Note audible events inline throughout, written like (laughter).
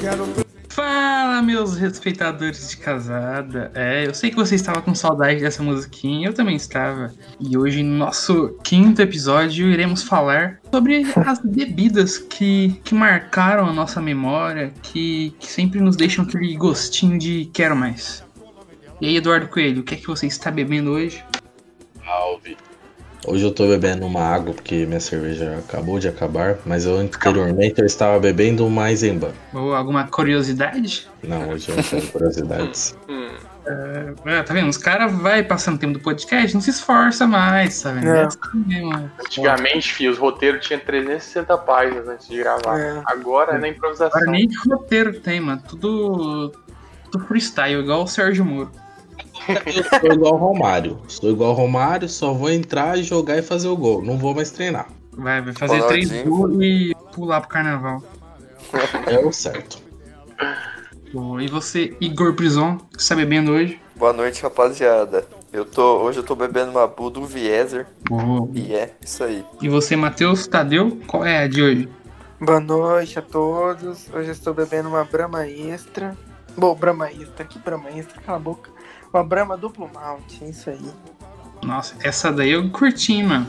ganharam um presente. Fala, meus respeitadores de casada. É, eu sei que você estava com saudade dessa musiquinha, eu também estava. E hoje, no nosso quinto episódio, iremos falar sobre as bebidas que, que marcaram a nossa memória, que, que sempre nos deixam aquele gostinho de quero mais. E aí, Eduardo Coelho, o que é que você está bebendo hoje? Salve. Hoje eu tô bebendo uma água porque minha cerveja acabou de acabar, mas eu anteriormente eu estava bebendo uma Eisenbahn. Ou alguma curiosidade? Não, hoje eu não tenho curiosidades. Ah, tá vendo? Os caras vai passando tempo do podcast, não se esforça mais, tá vendo? É. É assim mesmo. Antigamente, filho, os roteiros tinham 360 páginas antes de gravar. É. Agora é na improvisação. Agora nem de roteiro tem, mano. Tudo, tudo freestyle, igual o Sérgio Moro. Eu sou igual o Romário. Sou igual o Romário, só vou entrar, jogar e fazer o gol. Não vou mais treinar. Vai, vai fazer Ronaldinho. três gols e pular pro carnaval. É o certo. Bom, e você, Igor Prison, o que você tá bebendo hoje? Boa noite, rapaziada. Eu tô, hoje eu tô bebendo uma Budo Vieser Boa. e é isso aí. E você, Matheus Tadeu, qual é a de hoje? Boa noite a todos. Hoje eu estou bebendo uma Brahma Extra. Bom, Brahma Extra, que Brahma Extra, cala a boca. Uma Brahma duplo malte, é isso aí. Nossa, essa daí eu curti, hein, mano.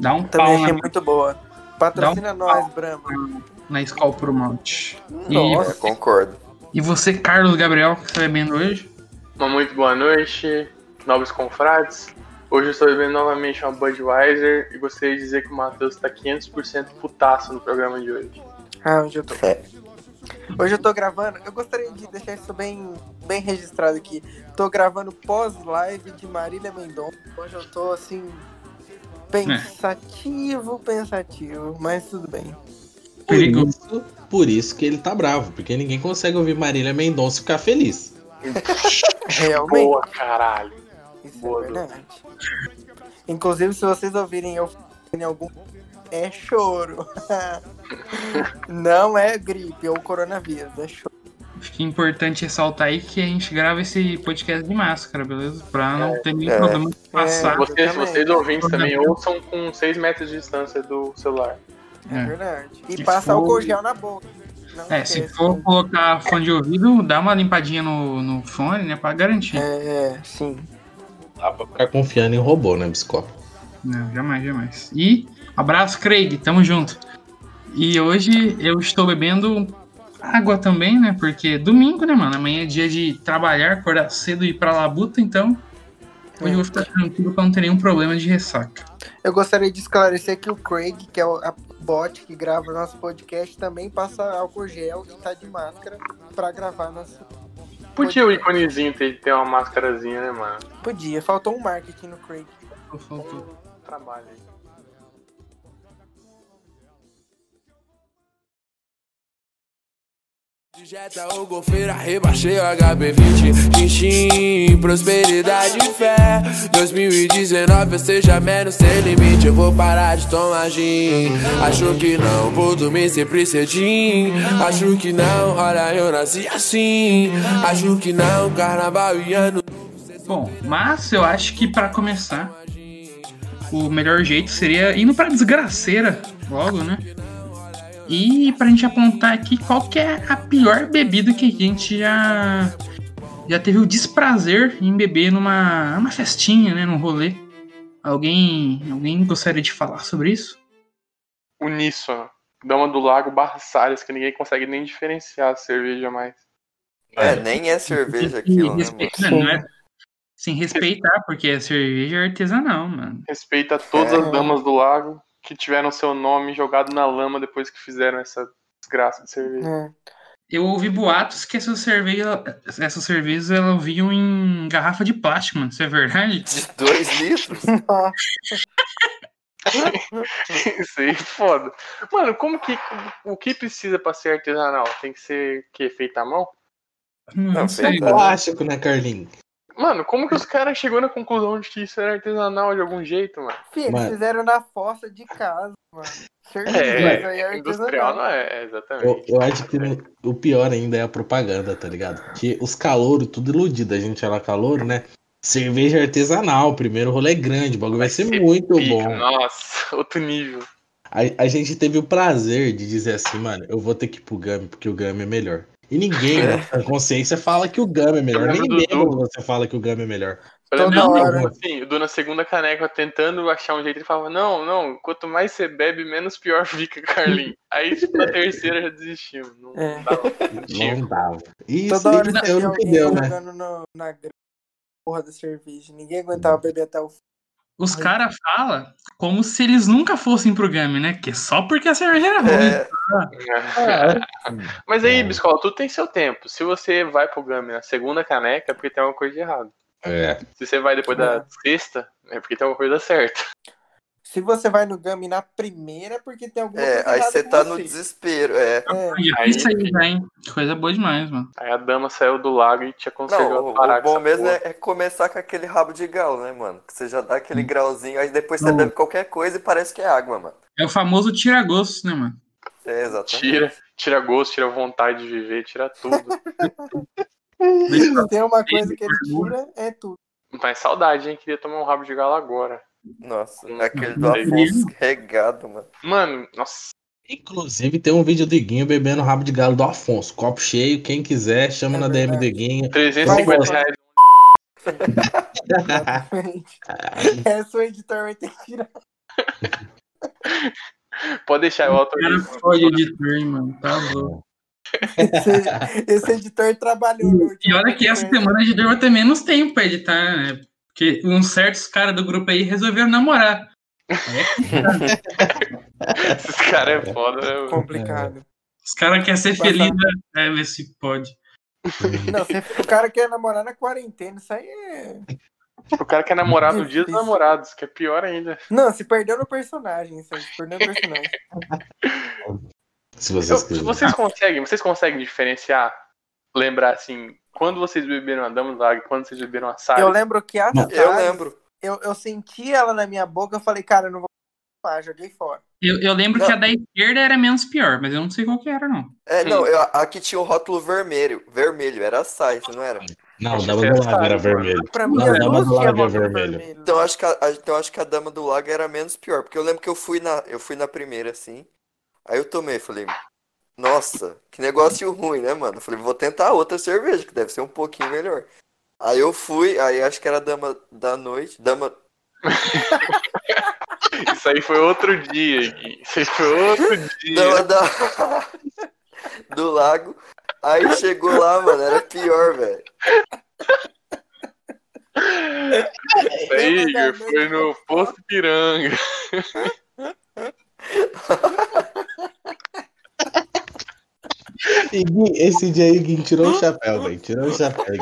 Dá um Também pau na, achei muito boa. Patrocina nós, Brahma. na escola pro malte. Nossa, É, concordo. E você, Carlos Gabriel, o que você tá bebendo hoje? Uma muito boa noite, novos confrades. Hoje eu estou bebendo novamente uma Budweiser e gostaria de dizer que o Matheus tá 500% putaço no programa de hoje. Ah, hoje eu tô. É. Hoje eu tô gravando. Eu gostaria de deixar isso bem, bem registrado aqui. Tô gravando pós-live de Marília Mendonça. Hoje eu tô assim. Pensativo, pensativo, mas tudo bem. Por Perigo. isso, por isso que ele tá bravo, porque ninguém consegue ouvir Marília Mendonça ficar feliz. Realmente. Boa, caralho. Isso Boa, é verdade. Inclusive, se vocês ouvirem eu falando em algum. É choro. (laughs) Não é gripe ou coronavírus, é choro. Acho que é importante ressaltar aí que a gente grava esse podcast de máscara, beleza? Pra não ter nenhum é. problema de Ah, passar. Vocês, exatamente. vocês ouvintes também ouçam com 6 metros de distância do celular. É, É. verdade. E Se passa for- álcool gel na boca. Não É, se esqueça. for colocar fone de ouvido, dá uma limpadinha no, no fone, né? Pra garantir. É, sim. Dá pra ficar confiando em robô, né, Biscó? Não, jamais, jamais. E abraço, Craig, tamo junto. E hoje eu estou bebendo água também, né? Porque é domingo, né, mano? Amanhã é dia de trabalhar, acordar cedo e ir pra labuta, então. Hoje eu É. vou ficar tranquilo pra não ter nenhum problema de ressaca. Eu gostaria de esclarecer que o Craig, que é o a bot que grava nosso podcast, também passa álcool gel e tá de máscara pra gravar nosso. Podia o íconezinho ter, ter uma máscarazinha, né, mano? Podia, faltou um marketing no Craig. Trabalho. aí. Dijeta ou golfeira, rebaixei o HB20 Xinxim, prosperidade e fé 2019 eu seja menos sem limite Eu vou parar de tomar gin Acho que não, vou dormir sempre cedinho Acho que não, olha eu nasci assim Acho que não, carnaval e ano Bom, mas eu acho que pra começar, o melhor jeito seria indo pra desgraceira logo, né? E pra gente apontar aqui qual que é a pior bebida que a gente já, já teve o desprazer em beber numa, numa festinha, né? Num rolê. Alguém, alguém gostaria de falar sobre isso? Uníssono. Dama do Lago Barra Salles, que ninguém consegue nem diferenciar a cerveja mais. É, nem é cerveja aquilo, né, mano? Respeitar, não é- sem respeitar, porque a cerveja é artesanal, mano. Respeita a todas É. as damas do lago que tiveram seu nome jogado na lama depois que fizeram essa desgraça de cerveja. (laughs) É. Eu ouvi boatos que essas cervejas, essas cervejas elas vinham em garrafa de plástico, mano. Isso é verdade? De dois litros? Isso aí é foda. Mano, como que. O que precisa pra ser artesanal? Tem que ser o quê? Feita à mão? Não, Não, sei. sei lá. Plástico, né, Carlinhos? Mano, como que os caras chegou na conclusão de que isso era artesanal de algum jeito, mano? Filho, Mano. fizeram na fossa de casa, mano. Certeza, É, isso aí é Industrial artesanal. não é, é, exatamente. Eu, eu acho que no- o pior ainda é a propaganda, tá ligado? Que os calouros, tudo iludido, a gente era calouro, né? Cerveja artesanal, primeiro rolê grande, o bagulho vai ser muito bom. Nossa, outro nível. A, a gente teve o prazer de dizer assim, mano, eu vou ter que ir pro Gami, porque o Gami é melhor. E ninguém, né, com consciência, fala que o Gama é melhor. Eu Nem lembro do bêbado Dudu. você fala que o Gama é melhor. Eu lembro Toda do- hora. assim, o Dudu na segunda caneca tentando achar um jeito, ele falava, não, não, quanto mais você bebe, menos pior (laughs) fica, Carlinhos. Aí, tipo, na terceira já desistimos. Não É. dava. Não dava. E né? isso Toda hora eu não alguém entendeu, né? jogando no- na gra- porra da cerveja. Ninguém aguentava beber até o fim. Os Ai. caras falam como se eles nunca fossem pro game, né? Que é só porque a cerveja era ruim. É, Mas aí, É. Biscola, tudo tem seu tempo. Se você vai pro Gami na segunda caneca, é porque tem alguma coisa de errado. É. Se você vai depois da sexta, é porque tem alguma coisa certa. Se você vai no Gummy na primeira, é porque tem alguma é, coisa aí errada você com tá no desespero. É. Ah, (laughs) É, Aí- Isso aí já, hein? Que Coisa boa demais, mano. Aí a dama saiu do lago e te aconselhou Não, o, a parar o com bom essa mesmo porra. é, é começar com aquele rabo de galo, né, mano? Que você já dá aquele grauzinho, aí depois você Não. bebe qualquer coisa e parece que é água, mano. É o famoso tira-gosto, né, mano? É, exatamente. Tira, tira gosto, tira vontade de viver, tira tá. tudo. (laughs) se tem uma coisa que ele tira, é tudo. Mas saudade, hein? Queria tomar um rabo de galo agora. Nossa, Hum, aquele do Afonso regado, mano. Mano, nossa. Inclusive, tem um vídeo do Iguinho bebendo rabo de galo do Afonso. Copo cheio, quem quiser, chama É na DM do verdade. Iguinho. 350 reais. (laughs) Exatamente. Essa o editor vai ter que tirar. Pode deixar, eu O cara (laughs) autorizo. foi editor, hein, mano. Tá louco. Esse, esse editor trabalhou né? no último E olha que essa momento. semana o editor vai ter menos tempo pra editar, né? Porque uns certos caras do grupo aí resolveram namorar. Esses caras é foda, né? mano? Complicado. Os caras querem ser Vai felizes, né? Ver se pode. Não, se o cara quer namorar na quarentena, isso aí é. O cara quer namorar no dia dos Difícil. namorados, que é pior ainda. Não, se perdeu no personagem, isso aí, se perdeu no personagem. Se Eu- vocês se quiserem. vocês conseguem, vocês conseguem diferenciar, lembrar assim, quando vocês beberam a Dama do Lago, e quando vocês beberam a Sara? Eu lembro que a Thales, Eu lembro. Eu, eu senti ela na minha boca, eu falei, cara, eu não vou tomar, joguei fora. Eu, eu lembro Não. que a da esquerda era menos pior, mas eu não sei qual que era, não. É, não, eu, aqui tinha o rótulo vermelho. Vermelho, era a Scythe, não era? Não, Acho dava que do você lado, era sabe, vermelho. Pra mim, Não, as não, duas mas o tinham lago é rótulo vermelho. Então acho, que a, a- então acho que a Dama do Lago era menos pior, porque eu lembro que eu fui na, eu fui na primeira, assim. Aí eu tomei, falei, nossa, que negócio ruim, né, mano? Eu Falei, vou tentar outra cerveja, que deve ser um pouquinho melhor. Aí eu fui, aí acho que era a Dama da Noite, Dama... Isso aí foi outro dia, Gui. Isso aí foi outro Dama dia. da... (laughs) do Lago. Aí chegou lá, mano, era pior, velho. Isso aí, Dama da Igor, foi no Posto Piranga. Iguinho, esse dia aí, Iguinho tirou o chapéu, velho. Tirou o chapéu.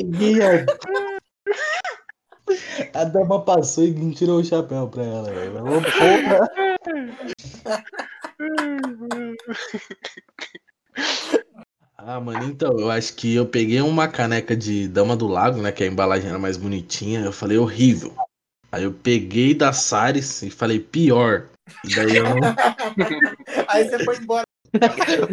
Iguinho. A dama passou e Iguinho tirou o chapéu pra ela, velho. Ela Porra. Ah, mano, então, eu acho que eu peguei uma caneca de Dama do Lago, né? Que a embalagem era mais bonitinha. Eu falei, horrível. Aí eu peguei da Sares e falei, pior. E daí eu não. Aí você foi embora. (laughs)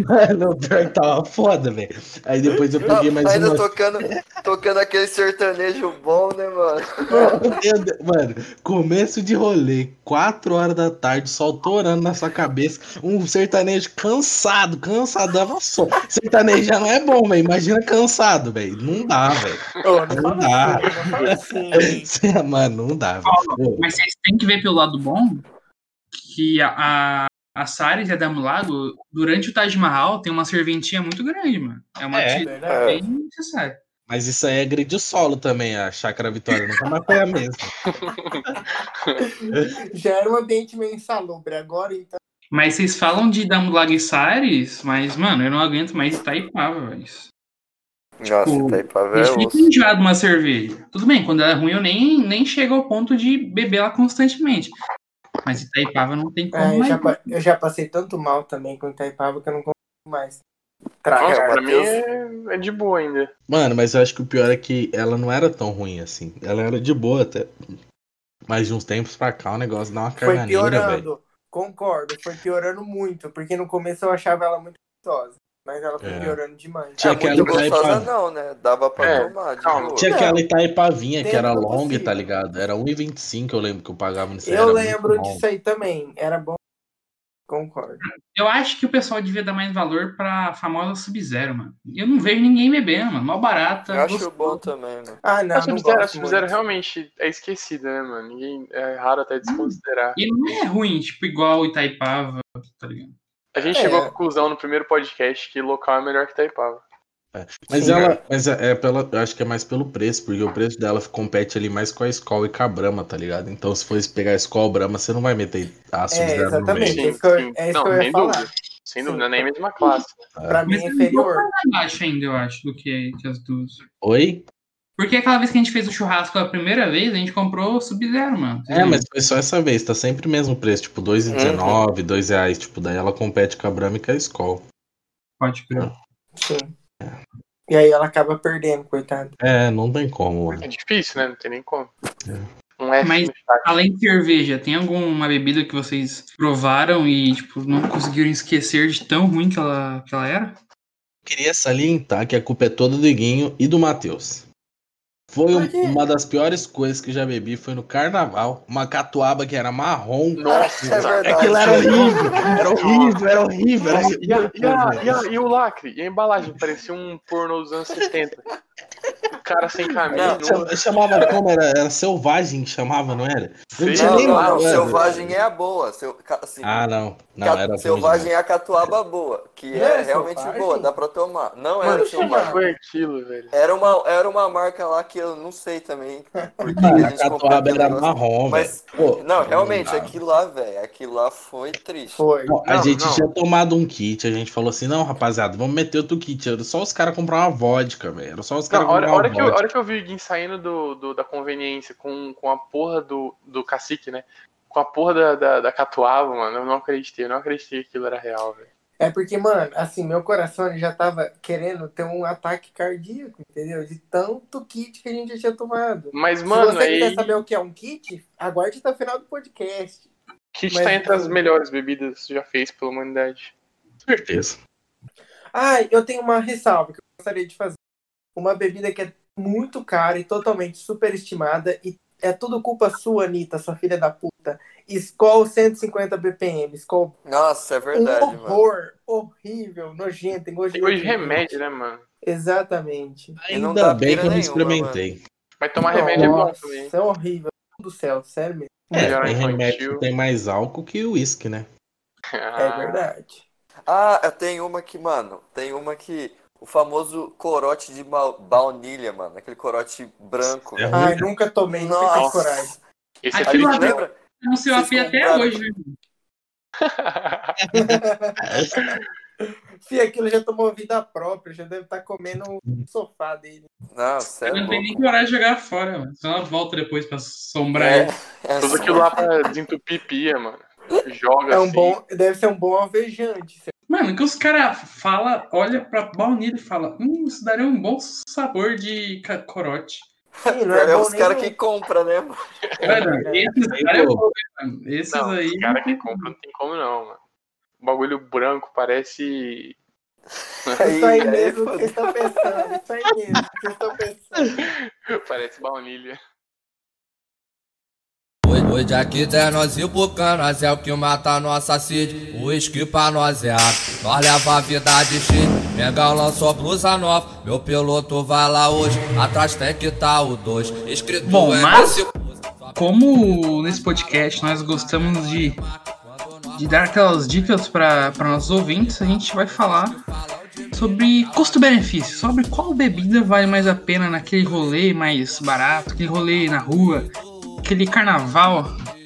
Mano, pior é que tava foda, velho. Aí depois eu Ah, peguei mais ainda uma. tocando, tocando aquele sertanejo bom, né, mano? Meu Deus, (laughs) Mano, começo de rolê, 4 horas da tarde, sol torando na sua cabeça. Um sertanejo cansado, cansadão. Nossa, sertanejo já não é bom, velho. Imagina cansado, velho. Não dá, velho. Não dá. assim, É (laughs) um- Mano, não dá, velho. Mas vocês têm que ver pelo lado bom que a, a, a Sares e a Dama do Lago, durante o Taj Mahal, tem uma serventia muito grande, mano. É uma É. atividade É. né? bem necessária. Mas isso aí é grid solo também, a chácara Vitória. Nunca mais foi a mesma. Já era um ambiente meio insalubre. Agora, então, Mas vocês falam de Dama do Lago e Sares, mas, mano, eu não aguento mais Itaipava, velho. Tipo, Nossa, tá aí pra Eu ver fico os... enjoado de uma cerveja. Tudo bem, quando ela é ruim eu nem, nem chego ao ponto de beber ela constantemente. Mas Itaipava não tem como. ah, eu, mais. já, pa- eu já passei tanto mal também com Itaipava que eu não consigo mais. Nossa, Traga. Cara, pra mim Matheus. é, é de boa ainda. Mano, mas eu acho que o pior é que ela não era tão ruim assim. Ela era de boa até. Mas de uns tempos pra cá o negócio dá uma Foi carnaneira, velho. piorando. Concordo, foi piorando muito, porque no começo eu achava ela muito gostosa. Mas ela foi É. piorando demais. Ah, Tinha é muito aquela que sai gostosa pra- não, né? Dava pra É, tomar. de calma. boa. Tinha aquela Itaipavinha que Dentro era do longa, possível. tá ligado? Era 1,25 eu lembro que eu pagava nisso. aí, Eu era muito lembro bom. disso aí também. Era bom. Concordo. Eu acho que o pessoal devia dar mais valor pra famosa Sub-Zero, mano. Eu não vejo ninguém bebendo, mano. Mal barata. Eu acho gostosa. bom também, né? mano. Ah, não. A não Sub-Zero a gosto Sub-Zero muito. realmente é esquecida, né, mano? Ninguém, é raro até Hum. desconsiderar. E não é ruim, tipo, igual o Itaipava, tá ligado? A gente É. chegou à conclusão no primeiro podcast que local é melhor que Taipava. Mas Sim, ela, mas é é pela, eu acho que é mais pelo preço, porque o preço dela compete ali mais com a escola e com a Brahma, tá ligado? Então se fosse pegar a escola Brahma, você não vai meter a É, Sub-Zero no exatamente. meio. É isso que eu, é isso Não, que eu ia sem falar. dúvida. Sem Sim. dúvida, nem a mesma classe. Pra mim é Mas inferior. Mais baixo ainda, eu acho, do que, que as duas. Oi? Porque aquela vez que a gente fez o churrasco a primeira vez, a gente comprou o Sub-Zero, mano. É, mas foi só essa vez, tá sempre o mesmo preço, tipo R$2,19, Uhum. R$ 2 reais, tipo, daí ela compete com a Brahma e com a escola. Pode crer. tá Sim. E aí ela acaba perdendo, coitado. É, não tem como, mano. É difícil, né? Não tem nem como. Um F Mas- no chat. Além de cerveja, tem alguma bebida que vocês provaram e, tipo, não conseguiram esquecer de tão ruim que ela, que ela era? Queria salientar que a culpa é toda do Iguinho e do Matheus. Foi Por um- quê? uma das piores coisas que já bebi, foi no carnaval, uma catuaba que era marrom. Nossa, É verdade. Aquilo era horrível, era horrível, era horrível. Era horrível. E, a- e a- e a- e o lacre? E a embalagem? Parecia um pornô dos anos 70. O cara sem camisa. Não, não Chama- Chamava como? Era, era selvagem que chamava, não era? sei. tinha Não, nem não, lá, não, mano. selvagem é a boa. Seu, ca- assim, Ah, não. Não, ca- era ruim né? selvagem demais. é a catuaba boa, que Não é, é realmente selvagem? boa, dá pra tomar. Não Mano, era o que selvagem. foi aquilo, velho? Era uma, era uma marca lá que eu não sei também. é Porque Mano, a a gente comprou catuaba aquele era negócio. marrom, velho. Mas, Pô, não, realmente, é dá. aquilo lá, velho, aquilo lá foi triste. Foi. Não, a Não, gente não. tinha tomado um kit, a gente falou assim, não, rapaziada, vamos meter outro kit. Era só os caras comprar uma vodka, velho. Era só os caras Não, a comprar hora, uma a hora que eu, a vodka. hora que eu vi o Guin saindo do, do- da conveniência com, com a porra do, do cacique, né? Com a porra da, da, da catuaba, mano, eu não acreditei, eu não acreditei que aquilo era real, velho. É porque, mano, assim, meu coração ele já tava querendo ter um ataque cardíaco, entendeu? De tanto kit que a gente já tinha tomado. Mas, Se mano, você aí quiser saber o que é um kit, aguarde até o final do podcast. kit mas- tá entre as melhores bebidas que você já fez pela humanidade. Com certeza. Ah, eu tenho uma ressalva que eu gostaria de fazer. Uma bebida que é muito cara e totalmente superestimada e é tudo culpa sua, Anitta, sua filha da puta. Skol 150 BPM, Skol. Nossa, é Um verdade, mano. horror, horrível, nojento, Tem engojento. gosto de remédio, né, mano? Exatamente. E não Ainda dá bem que eu pira não nenhuma, experimentei. Mas tomar remédio é bom Nossa, também. é horrível. Do céu, sério mesmo. É, Melhor tem infantil. remédio que tem mais álcool que uísque, né? É Ah, verdade. Ah, eu tenho uma que, mano, tem uma que. O famoso corote de bau- baunilha, mano. Aquele corote branco. É Ah, velho. Ai, nunca tomei, nunca tive Nossa. coragem. Esse é Aquilo triste, lá né? Lembra? Não sei, eu Vocês api até compraram? hoje, né? mano? É, Fih, aquilo já tomou vida própria, já deve estar comendo o sofá dele. Não, sério. Eu não tenho nem louco. coragem de jogar fora, mano. Só ela volta depois pra assombrar É, ele. é (laughs) Tudo assim. aquilo lá pra desentupir pia, mano. Joga É um assim. bom, deve ser um bom alvejante. Mano, que os caras falam, olha pra baunilha e fala, hum, isso daria um bom sabor de ca- (laughs) corote. Sim, não é, É bom os nem caras no- que compram, né? mano? Mano, É. esses Aí, caras pô. eu vou, mano. Esses Não, aí. os cara que compra não tem como não, mano. O bagulho branco parece. Isso aí Aí- aí mesmo que fodeu. vocês estão pensando. Isso aí mesmo que vocês estão pensando. parece baunilha. Hoje aqui tem é nós empucando, nós é o que mata a nossa sede. O uísque pra nós é água, nós leva a vida de cheio. Mengão lançou blusa nova, meu piloto vai lá hoje. Atrás tem que tá o 2, escrito Bom, é mas- MC. Como nesse podcast nós gostamos de, de dar aquelas dicas para nossos ouvintes, a gente vai falar sobre custo-benefício, sobre qual bebida vale mais a pena naquele rolê mais barato, aquele rolê na rua, aquele carnaval.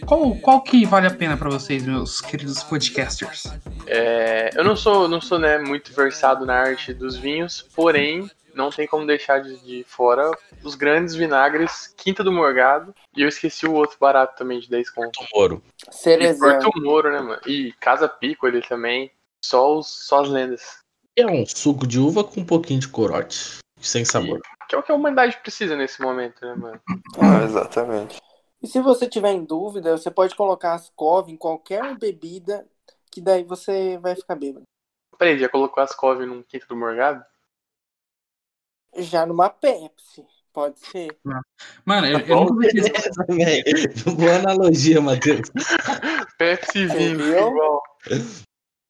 Qual, qual que vale a pena para vocês, meus queridos podcasters? É, eu não sou, não sou né, muito versado na arte dos vinhos, porém, não tem como deixar de, de fora os grandes vinagres, Quinta do Morgado, e eu esqueci o outro barato também de 10 conto. Moro. E Porto Moro, né, mano? E Casa Pico ele também. Só, os, só as lendas. É um suco de uva com um pouquinho de corote. Sem (laughs) sabor. Que é o que a humanidade precisa nesse momento, né, mano? Ah, exatamente. E se você tiver em dúvida, um você pode colocar as cove em qualquer bebida, que daí você vai ficar bêbado. Peraí, já colocou as cove num quinto do morgado? Já numa Pepsi, pode ser. Mano, eu, eu nunca vi esse- Beleza, velho. Boa analogia, Matheus. Pepsi e vinho, Entendeu? igual.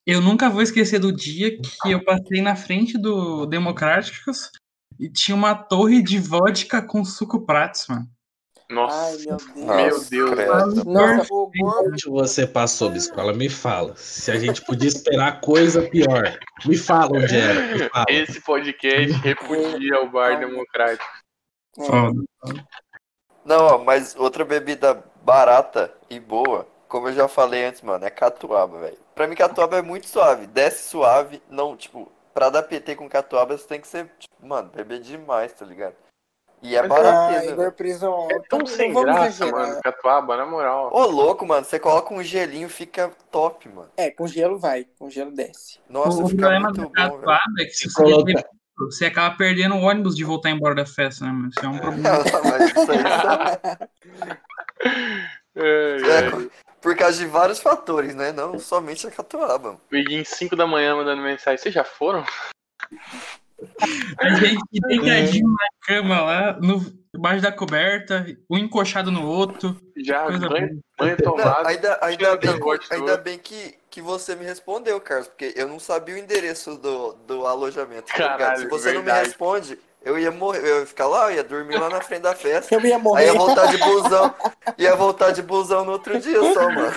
Eu nunca vou esquecer do dia que eu passei na frente do Democráticos e tinha uma torre de vodka com suco pratos, mano. Ai, Nossa, meu meu Deus. Deus. credo. Nossa, o gordo. Onde você passou, Biscola? Me fala. Se a gente podia esperar coisa pior. Me fala onde era. Me fala. Esse podcast repudia o bar democrático. Foda. Não, ó, mas outra bebida barata e boa, como eu já falei antes, mano, é catuaba, velho. Pra mim, catuaba é muito suave. Desce suave, não, tipo, pra dar PT com catuaba, você tem que ser, tipo, mano, beber demais, tá ligado? E é Mas, Ah, barateza, velho. Igor Prison. É tão Não sem Então, vamos né? graça, exagerar. mano, catuaba, na moral. Ô, louco, mano, você coloca um gelinho, fica top, mano. É, com gelo vai, com gelo desce. Nossa, o fica problema muito do bom, velho. catuaba é que se Se você, coloca- você acaba perdendo o ônibus de voltar embora da festa, né, mano? Isso é um problema. (laughs) Não, mas isso aí tá- (laughs) É, é. é, por causa de vários fatores, né? Não somente a catuaba, mano. Amiguinho, 5 da manhã mandando mensagem. Vocês já foram? É. A gente deitadinho na cama lá, no, embaixo da coberta, um encoxado no outro. (laughs) Já, Coisa banho, boa. banho Não, tomado. ainda, ainda cheiro de bem, gosto. ainda bem que, que você me respondeu, Carlos, porque eu não sabia o endereço do, do alojamento. tá ligado? Caralho, Se você não me verdade. responde, eu ia morrer, eu ia ficar lá, eu ia dormir lá na frente da festa. Eu ia Aí morrer. ia voltar de busão, ia voltar de busão no outro dia só, mano.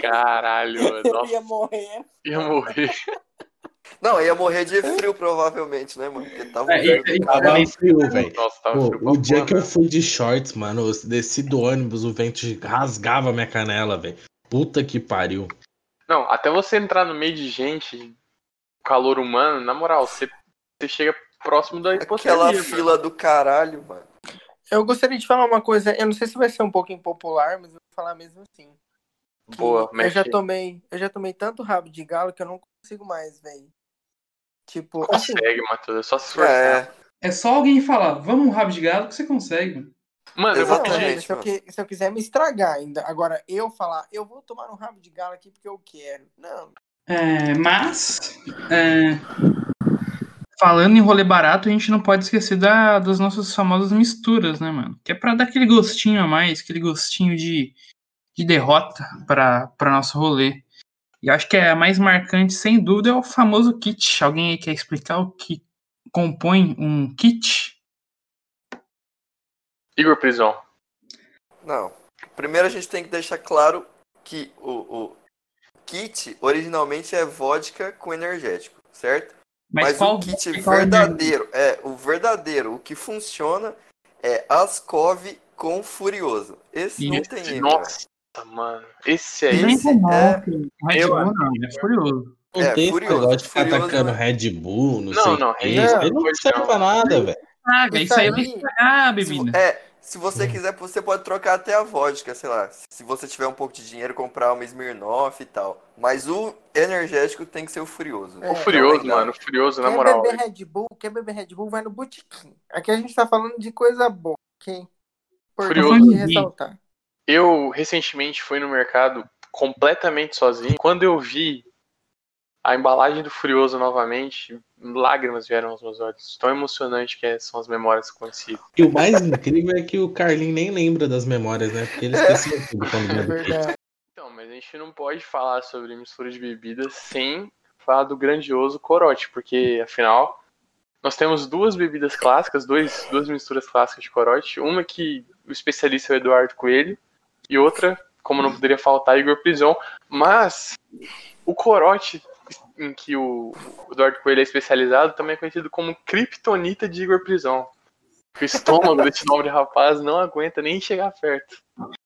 Caralho, mano. Eu Nossa, ia morrer. ia morrer. Não, ia morrer de frio provavelmente, né, mano? Porque tava um É, frio e- e- do caralho. Tava frio, velho. Nossa, tava Pô, frio pra o dia porra, que eu né? fui de shorts, mano, eu desci do ônibus, o vento rasgava minha canela, velho. Puta que pariu. Não, até você entrar no meio de gente, calor humano, na moral, você, você chega próximo da Aquela hipotermia. né? mano. fila do caralho, mano. Eu gostaria de falar uma coisa, eu não sei se vai ser um pouco impopular, mas eu vou falar mesmo assim. Que Boa, eu mexe. já tomei, eu já tomei tanto rabo de galo que eu não consigo mais, velho. Tipo, assim, Consegue, Matheus. É só se esforçar. É, É só alguém falar, vamos um rabo de galo que você consegue, mano. Mano, eu vou não, Exatamente, velho, se, eu mano. que- se eu quiser me estragar ainda. Agora, eu falar, eu vou tomar um rabo de galo aqui porque eu quero. Não, É, mas, é, falando em rolê barato, a gente não pode esquecer da- das nossas famosas misturas, né, mano? Que é pra dar aquele gostinho a mais, aquele gostinho de, de derrota pra, pra nosso rolê. E eu acho que é a mais marcante, sem dúvida, é o famoso kit. Alguém aí quer explicar o que compõe um kit? Igor Prisão. Não. Primeiro a gente tem que deixar claro que o, o kit originalmente é vodka com energético, certo? Mas, qual o kit qual é o verdadeiro, é, o verdadeiro, o que funciona é Ascov com Furioso. Esse não Isso, tem erro. né? Nossa, mano. Esse aí. Esse Nem com é- nota, com Red eu Bull, acho não, é furioso. Não É, tem furioso, esse negócio de ficar furioso, atacando né? Red Bull, não, Não, sei não, o que. não, Isso aí não não. serve pra nada, velho. Ah, velho, é isso aí vai aí- estragar a Se- Ah, bebida. é, se você quiser, você pode trocar até a vodka, sei lá. Se você tiver um pouco de dinheiro, comprar uma Smirnoff e tal. Mas o energético tem que ser o Furioso. né? Então, É. O Furioso, Legal. mano. O Furioso, na quer moral. beber Red Bull, quer beber Red Bull, vai no botequim. Aqui a gente tá falando de coisa boa, ok? Curioso. de ressaltar. Eu recentemente fui no mercado completamente sozinho. Quando eu vi a embalagem do Furioso novamente, lágrimas vieram aos meus olhos. Tão emocionante que é- são as memórias que conheci. E o mais incrível é que o Carlinho nem lembra das memórias, né? Porque ele (laughs) esqueceu tudo quando É bebe kit. verdade. Então, mas a gente não pode falar sobre mistura de bebidas sem falar do grandioso corote, porque afinal nós temos duas bebidas clássicas, dois, duas misturas clássicas de corote, uma que o especialista é o Eduardo Coelho e outra, como não poderia faltar, Igor Prison, mas o corote em que o o Eduardo Coelho é especializado também é conhecido como Kryptonita de Igor Prison. Que o estômago desse nobre rapaz não aguenta nem chegar perto.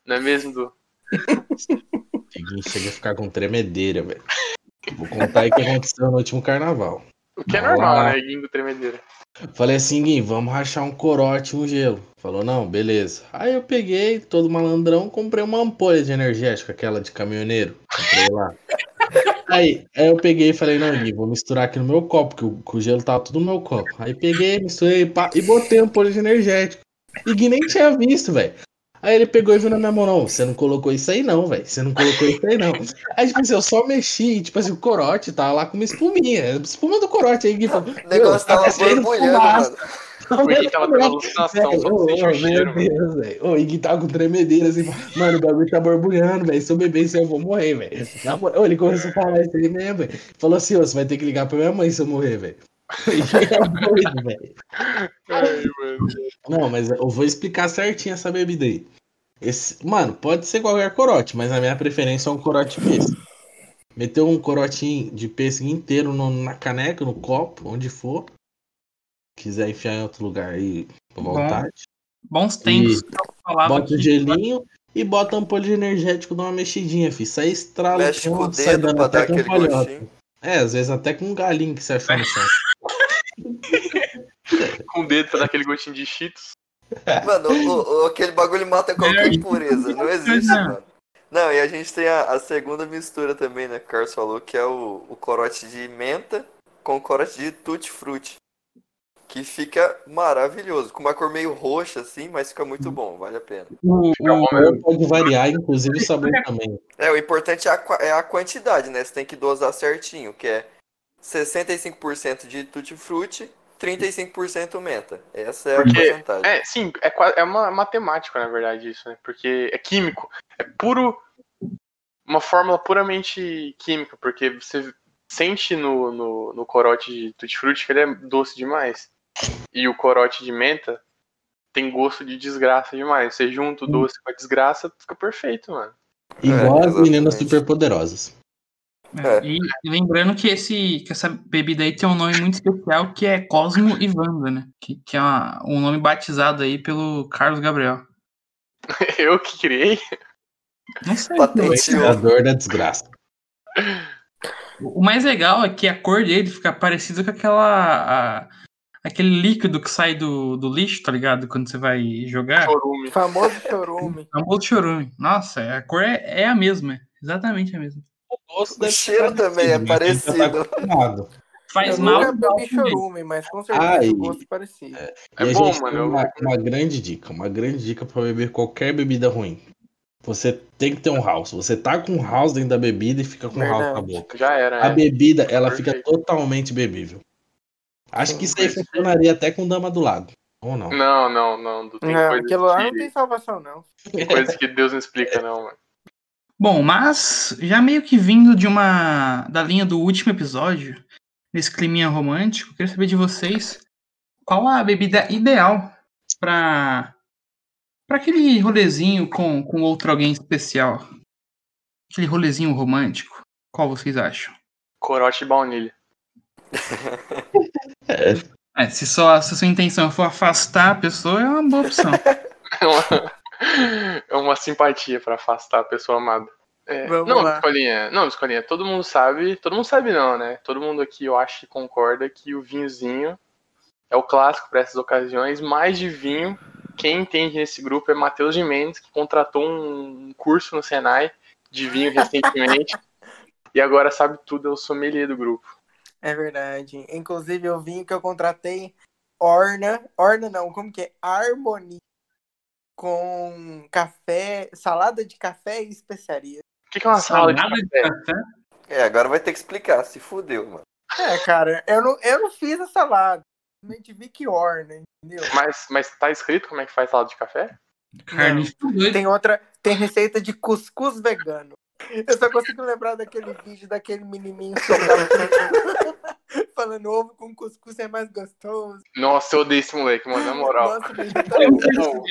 Não é mesmo, Du? Ninguém chega a ficar com tremedeira, velho. Vou contar aí o que aconteceu no último carnaval. O que é Olá. normal, né? Guingo tremedeira. Falei assim, Gui, vamos rachar um corote e um gelo. Falou, não, beleza. Aí eu peguei, todo malandrão, comprei uma ampolha de energético, aquela de caminhoneiro. Comprei lá. Aí, aí eu peguei e falei, não, Gui, vou misturar aqui no meu copo, que o, que o gelo tava tudo no meu um copo. Aí peguei, misturei pá, e botei a ampolha de energético. E Gui nem tinha visto, velho. Aí ele pegou e viu na minha mão, não, você não colocou isso aí não, velho, você não colocou isso aí não. Aí, tipo assim, eu só mexi, e, tipo assim, o corote tava lá com uma espuminha, espuma do corote aí, que falou, O negócio tá tava saindo borbulhando, fumaça. mano. Porque tava tendo alucinação, Velho, só ô, ô, sente o cheiro. Meu Deus, velho. Ô, E que tava com tremedeira assim. Mano, o bagulho tá borbulhando, velho. Se eu beber isso, aí, eu vou morrer, velho. Na moral, ô, Ele começou a falar isso aí mesmo, velho. Falou assim: ô, você vai ter que ligar pra minha mãe se eu morrer, (laughs) velho. Ele é doido, velho. Ai, mano. Não, mas eu vou explicar certinho essa bebida aí. Esse, mano, pode ser qualquer corote, mas a minha preferência é um corote pêssego. Meteu um corotinho de pêssego inteiro no- na caneca, no copo, onde for. Quiser enfiar em outro lugar aí, à Bom. vontade. Bons tempos. eu falava Bota o né? que- gelinho e bota um ampolho de energético, dá uma mexidinha, fi. Sai estrala, Mexe com o pronto, sai dedo dando pra dar até com aquele um palhoça. gostinho. É, às vezes até com um galinho que você achou no (laughs) chão. Com o dedo pra dar aquele gostinho de cheetos. Mano, o- o- aquele bagulho mata qualquer impureza. Não existe, Não. mano. Não, e a gente tem a, a segunda mistura também, né? Que o Carlos falou, que é o, o corote de menta com o corote de tutti-frutti. Que fica maravilhoso. Com uma cor meio roxa, assim, mas fica muito bom, vale a pena. É. o- o- Ou Pode variar, inclusive o sabor também. É, o importante é a, qua- é a quantidade, né? Você tem que dosar certinho, que é 65% de tutti-frutti, 35% menta. Essa é a Porque- porcentagem. É, sim, é, qua- é uma matemática, na verdade, isso, né? Porque é químico. É puro. Uma fórmula puramente química, porque você sente no, no, no corote de tutti-frutti que ele é doce demais. E o corote de menta tem gosto de desgraça demais. Você junta o doce com a desgraça, fica perfeito, mano. (laughs) Igual as meninas É, exatamente. superpoderosas. É. E lembrando que, esse, que essa bebida aí tem um nome muito especial que é Cosmo e Wanda, né? Que, que é uma- um nome batizado aí pelo Carlos Gabriel. Eu que criei. Não sei. Patente. velho. Esse A dor da desgraça. O mais legal é que a cor dele fica parecida com aquela. a- aquele líquido que sai do, do lixo, tá ligado? Quando você vai jogar. Chorume. Famoso chorume. É um bolo de chorume. Nossa, a cor é, é a mesma. é Exatamente a mesma. O cheiro também é né? parecido. tá parecido. Faz Eu mal. nunca bebi faz mal. chorume, mas com certeza Ai. o gosto é parecido. É E a bom, gente tem mano, eu- Uma, uma grande dica, uma grande dica pra beber qualquer bebida ruim. Você tem que ter um house. Você tá com um house dentro da bebida e fica com um house na Verdade. boca. Já era, A é. bebida, ela fica Perfeito. totalmente bebível. Acho que isso Sim, aí funcionaria até com dama do lado. Ou não? Não, não, não. Tem Não, coisas aquilo lá não que- tem salvação, não. coisas que Deus não explica, não, mano. Bom, mas já meio que vindo de uma. da linha do último episódio, desse climinha romântico, eu queria saber de vocês qual a bebida ideal pra. pra aquele rolezinho com, com outro alguém especial. Aquele rolezinho romântico. Qual vocês acham? Corote e baunilha. (laughs) É, se, só, se a sua intenção for afastar a pessoa, é uma boa opção. É uma, é uma simpatia pra afastar a pessoa amada. É, Vamos não, lá. Escolinha, não, Escolinha, todo mundo sabe, todo mundo sabe não, né? Todo mundo aqui, eu acho que concorda que o vinhozinho é o clássico pra essas ocasiões, mais de vinho, quem entende nesse grupo é Matheus de Mendes, que contratou um curso no Senai de vinho recentemente, (laughs) e agora sabe tudo, é o sommelier do grupo. É verdade. Inclusive, eu vim que eu contratei Orna. Orna não, como que é? Harmonia. Com café, salada de café e especiaria. O que que é uma sala de Salada de café? café? É, agora vai ter que explicar, se fudeu, mano. É, cara, eu não, eu não fiz a salada. Simplesmente vi que Orna, entendeu? Mas, mas tá escrito como é que faz salada de café? Carne de doido. Tem outra, tem receita de cuscuz vegano. Eu só consigo lembrar daquele vídeo daquele menininho (laughs) falando- falando ovo com cuscuz é mais gostoso. Nossa, eu odeio esse moleque, mano, na moral. Nossa, me irrita Eu- muito esse eu-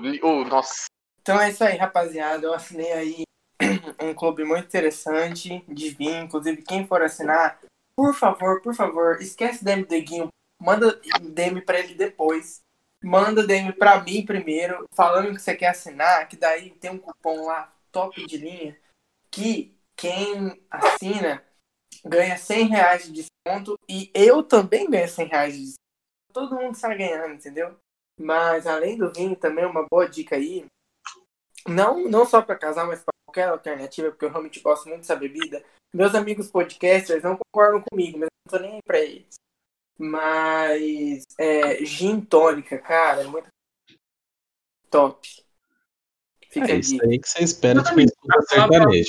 vídeo. Ô, ô, ô, nossa, Então é isso aí, rapaziada. Eu assinei aí (clears throat) um clube muito interessante de vinho. Inclusive, quem for assinar, por favor, por favor, esquece DM do Guinho. Manda DM pra ele depois. Manda DM pra mim primeiro, falando que você quer assinar, que daí tem um cupom lá, top de linha, que quem assina ganha 100 reais de desconto e eu também ganho 100 reais de desconto. Todo mundo sai ganhando, entendeu? Mas além do vinho, também uma boa dica aí não, não só para casar, mas para qualquer alternativa, porque eu realmente gosto muito dessa bebida. Meus amigos podcasters não concordam comigo, mas eu não tô nem aí pra eles. Mas é, gin tônica, cara, é muito top. Fica É aí. isso aí que você espera de quem escuta sertanejo.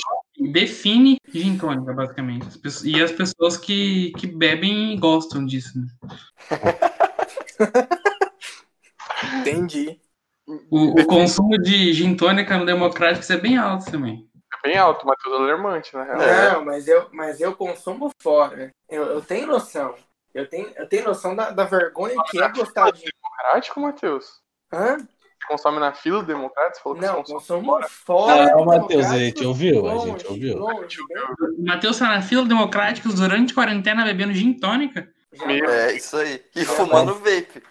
Define gin tônica, basicamente. As pessoas- E as pessoas que, que bebem gostam disso. né? Entendi. O, o consumo de gin tônica no Democrático é bem alto também. É bem alto, mas tudo alarmante, né? É na real. Não, mas eu, mas eu consumo fora. Eu, eu tenho noção. Eu tenho, eu tenho noção da, da vergonha que é gostar de. Democrático, Matheus? Hã? Você consome na fila do democrático? Você falou que Não, consome. consumo fora. Ah, o do Matheus, a Democrático, gente ouviu? A longe, gente ouviu? longe, né? bem O Matheus tá na fila Democráticos durante quarentena bebendo gin tônica. longe. É, isso aí. E fumando vape.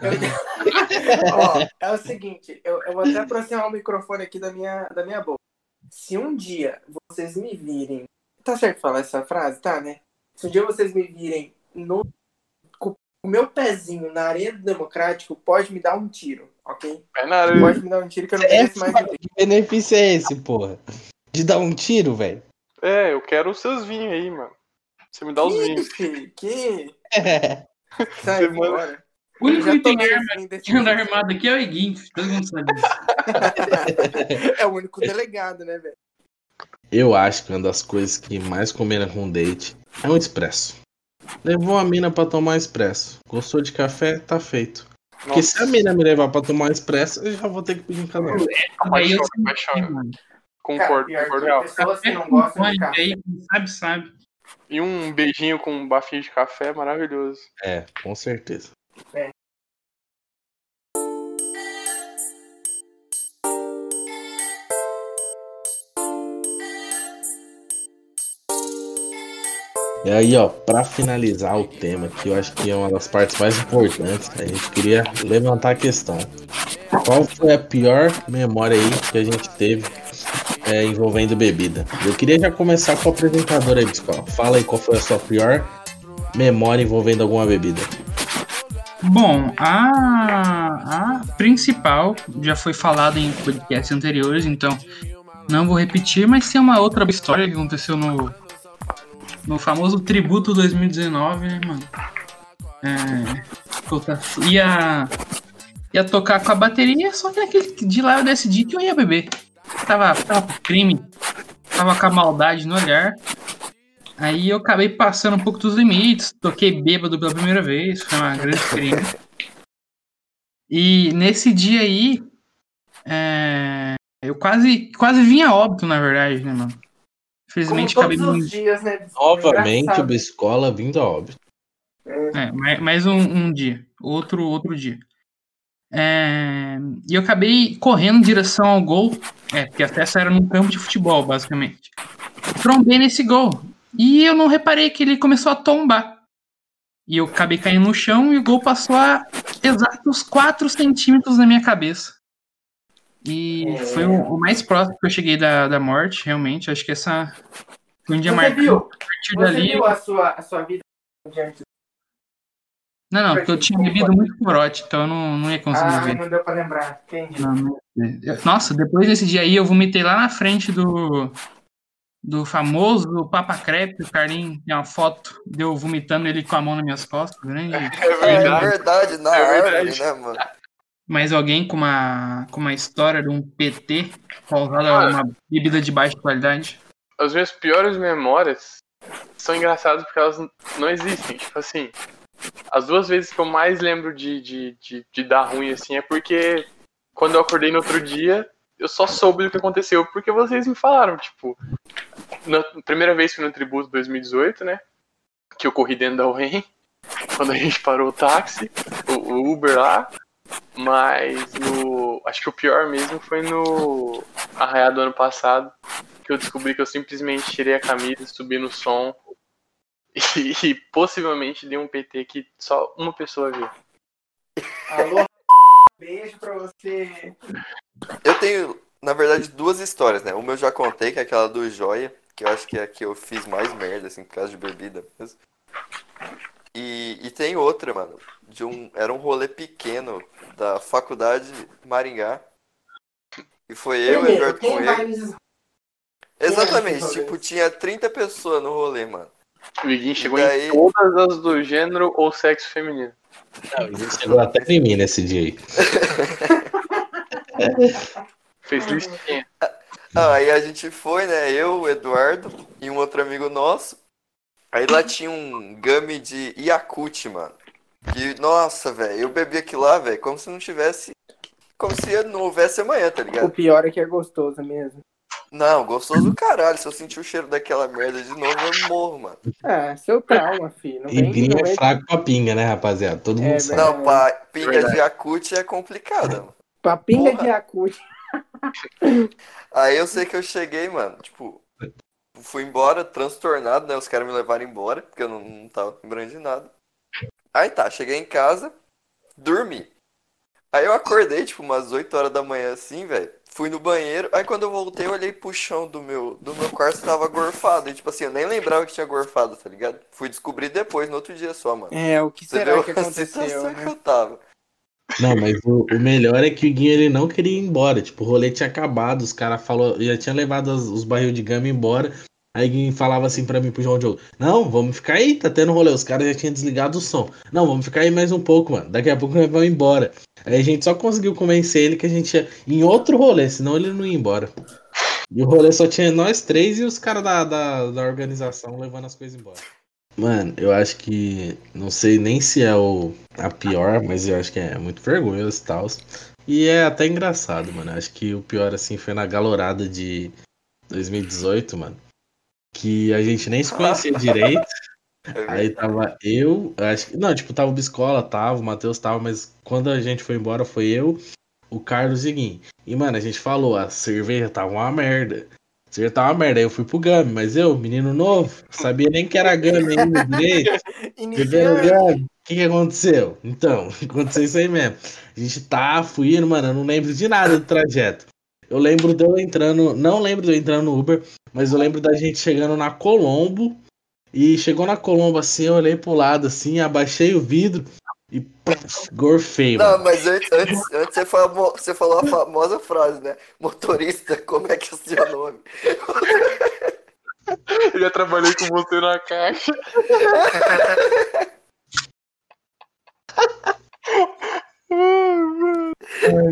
Ó, tá- (laughs) é o seguinte, eu, eu vou até aproximar o microfone aqui da minha, da minha boca. Se um dia vocês me virem. Tá certo falar essa frase, tá, né? Se um dia vocês me virem no, com o meu pezinho na areia do democrático, pode me dar um tiro, ok? É na área. Pode me dar um tiro que eu não mereço mais ninguém. Que benefício é esse, porra? De dar um tiro, velho? (laughs) É, eu quero os seus vinhos aí, mano. Você me dá os vinhos. Que, que, É. sai Você manda- fora. O único Eu que já tem tomei arma (laughs) um desse que anda jeito. (laughs) armado aqui é o Eguinho. Todo mundo sabe disso. É o único delegado, né, velho? Eu acho que uma das coisas que mais combina com um date é um expresso. Levou a mina pra tomar um expresso. Gostou de café? Tá feito. Porque se a mina me levar pra tomar um expresso, eu já vou ter que pedir um canal. Daí eu "Ah, Paixão, sei paixão. mano. Cara, Concordo, pior concordo. que real. pessoas que Café não com gostam de tônica café. aí, quem sabe, sabe. E um beijinho com um bafinho de café é maravilhoso. É, com certeza. E aí, ó, pra finalizar o tema, que eu acho que é uma das partes mais importantes, a gente queria levantar a questão. Qual foi a pior memória aí que a gente teve é, envolvendo bebida? Eu queria já começar com a apresentadora aí, Biscola. Fala aí qual foi a sua pior memória envolvendo alguma bebida. Bom, a, a principal já foi falada em podcasts anteriores, então não vou repetir, mas tem uma outra história que aconteceu no, no famoso tributo 2019, né, mano? É, eu ta- ia, ia tocar com a bateria, só que naquele de lá eu decidi que eu ia beber. Tava, tava pro crime, tava com a maldade no olhar. Aí eu acabei passando um pouco dos limites, toquei bêbado pela primeira vez, foi uma grande experiência. E nesse dia aí, é, eu quase, quase vim a óbito, na verdade, né, mano? Como Infelizmente acabei todos os me dias, né? Novamente, o Engraçado. Biscola vindo a óbito. É, mais, mais um, um dia. Outro, outro dia. É, e eu acabei correndo em direção ao gol. É, porque a festa era num campo de futebol, basicamente. Trombei nesse gol. E eu não reparei que ele começou a tombar. E eu acabei caindo no chão e o gol passou a exatos 4 centímetros na minha cabeça. E foi o, o mais próximo que eu cheguei da, da morte, realmente. Acho que essa foi um dia Você marcado. viu? A partir Você dali. viu a sua, a sua vida diante Não, não, porque eu tinha bebido muito corote, então eu não, não ia conseguir Ah, ver. não deu pra lembrar. Entendi. Não, não ia ver. Eu- Nossa, depois desse dia aí eu vomitei lá na frente do, do famoso Papa Crepe, o Carlinhos tem uma foto de eu vomitando ele com a mão nas minhas costas, né? grande. É É verdade. verdade, na É árvore, verdade. né, mano? Mas alguém com uma, com uma história de um PT causada a Cara. uma bebida de baixa qualidade. As minhas piores memórias são engraçadas porque elas n- não existem. Tipo assim, as duas vezes que eu mais lembro de, de, de, de dar ruim, assim, é porque quando eu acordei no outro dia, eu só soube do que aconteceu porque vocês me falaram. Tipo, na primeira vez foi no tributo 2018, né? Que eu corri dentro da UEM, quando a gente parou o táxi, o, o Uber lá. Mas no. Acho que o pior mesmo foi no Arraiá do ano passado que eu descobri que eu simplesmente tirei a camisa, subi no som e, e possivelmente dei um PT que só uma pessoa viu. Alô? Beijo pra você. Eu tenho, na verdade, duas histórias, né? Uma eu já contei, que é aquela do Joia, que eu acho que é a que eu fiz mais merda, assim, por causa de bebida mesmo. E, e tem outra, mano, de um, era um rolê pequeno da faculdade Maringá. E foi eu, Primeiro, Eduardo quem vai Cunha. nos- Exatamente, esses tipo, rolês? tinha 30 pessoas no rolê, mano. O Iguinho chegou daí- em todas as do gênero ou sexo feminino. Chegou até em mim nesse dia aí. Fez listinha. Ah, aí a gente foi, né? Eu, o Eduardo e um outro amigo nosso. Aí lá tinha um game de Yakut, mano. E, nossa, velho, eu bebi aquilo lá, velho, como se não tivesse. Como se não houvesse amanhã, tá O ligado? pior é que é gostoso mesmo. Não, gostoso do caralho. Se eu sentir o cheiro daquela merda de novo, eu morro, mano. Ah, seu trauma, filho. Não E vem, vinho não é vem- fraco pra pinga, né, rapaziada? Todo É, mundo velho. sabe. Não, pá, pinga Verdade. de Yakut é complicada, mano. Papinha Porra. de acute. Aí eu sei que eu cheguei, mano, tipo, fui embora, transtornado, né? Os caras me levaram embora, porque eu não, não tava lembrando de nada. Aí tá, cheguei em casa, dormi. Aí eu acordei, tipo, umas 8 horas da manhã assim, velho. Fui no banheiro, aí quando eu voltei, eu olhei pro chão do meu, do meu quarto, tava gorfado. E tipo assim, eu nem lembrava que tinha gorfado, tá ligado? Fui descobrir depois, no outro dia só, mano. É, o que Você será viu que (laughs) a situação aconteceu? né? que eu tava. Não, mas o, o melhor é que o Guinho ele não queria ir embora. Tipo, o rolê tinha acabado, os caras falou, já tinha levado as- os barril de gama embora. Aí o Guinho falava assim pra mim pro João Diogo: Não, vamos ficar aí, tá tendo rolê. Os caras já tinham desligado o som. Não, vamos ficar aí mais um pouco, mano. Daqui a pouco nós vamos embora. Aí a gente só conseguiu convencer ele que a gente ia em outro rolê, senão ele não ia embora. E o rolê só tinha nós três e os caras da, da, da organização levando as coisas embora. Mano, eu acho que. Não sei nem se é o a pior, mas eu acho que é muito vergonhoso e tal. E é até engraçado, mano. Acho que o pior, assim, foi na galorada de 2018, mano. Que a gente nem se conhecia direito. É Aí verdade. tava eu, acho que. Não, tipo, tava o Biscola, tava, o Matheus tava, mas quando a gente foi embora foi eu, o Carlos e o Guim. E, mano, a gente falou, a cerveja tava uma merda. A cerveja tava uma merda. Aí eu fui pro Gami, mas eu, menino novo, sabia nem que era Gami ainda direito. Primeiro Iniciando. lugar, o que, que aconteceu? Então, (laughs) aconteceu isso aí mesmo. A gente tá fuindo, mano, eu não lembro de nada do trajeto. Eu lembro de eu entrando, não lembro de eu entrando no Uber, mas eu lembro da gente chegando na Colombo. E chegou na Colombo assim, eu olhei pro lado assim, abaixei o vidro e plá, gorfei, Não, mano. mas antes, antes, antes você, falou, você falou a famosa frase, né? Motorista, como é que é o seu nome? Eu já trabalhei com você na caixa.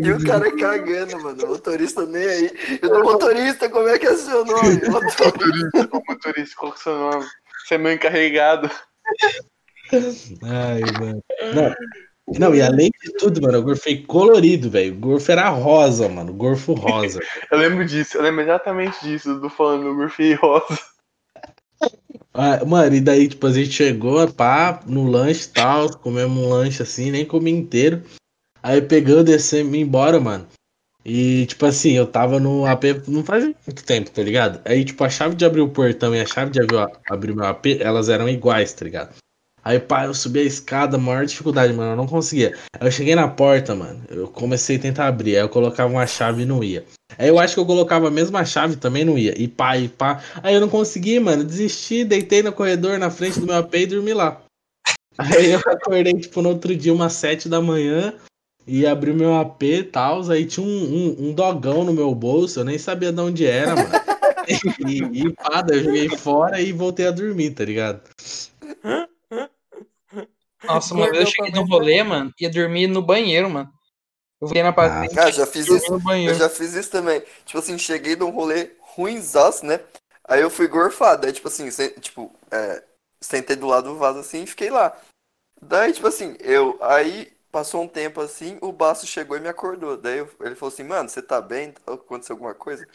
E o cara cagando, mano. O motorista nem aí. Eu tô motorista, como é que é o seu nome? Motorista. Motorista, ô, motorista, qual que é o seu nome? Você é meu encarregado. Ai, mano. Não. Não, e além de tudo, mano, eu gorfei colorido, velho. O gorfo era rosa, mano. Gorfo rosa. Eu lembro disso, eu lembro exatamente disso, do falando do Murphy e Rosa. Ah, mano, e daí, tipo, a gente chegou, pá, no lanche e tal, comemos um lanche assim, nem comi inteiro. Aí pegou, descemos e embora, mano. E, tipo assim, eu tava no AP não faz muito tempo, tá ligado? Aí, tipo, a chave de abrir o portão e a chave de abrir, o- abrir meu AP, elas eram iguais, tá ligado? Aí, pá, eu subi a escada, maior dificuldade, mano, eu não conseguia. Aí eu cheguei na porta, mano, eu comecei a tentar abrir, aí eu colocava uma chave e não ia. Aí eu acho que eu colocava a mesma chave também não ia. E pá, e pá. Aí eu não consegui, mano. Desisti, deitei no corredor na frente do meu AP e dormi lá. Aí eu acordei, tipo, no outro dia, umas 7 da manhã. E abri meu AP e tal. Aí tinha um, um, um dogão no meu bolso. Eu nem sabia de onde era, mano. E, e pá, daí eu joguei fora e voltei a dormir, tá ligado? Nossa, uma vez eu cheguei no rolê, mano, ia dormir no banheiro, mano. Eu voltei na patente Ah, já fiz isso. dormi no Eu banheiro. já fiz isso também. Tipo assim, cheguei num rolê ruinzaço, né? Aí eu fui gorfado. Aí, tipo assim, sen- tipo, é, sentei do lado do vaso assim e fiquei lá. Daí, tipo assim, eu. Aí passou um tempo assim, o Baço chegou e me acordou. Daí eu- ele falou assim, mano, você tá bem? Aconteceu alguma coisa? Aí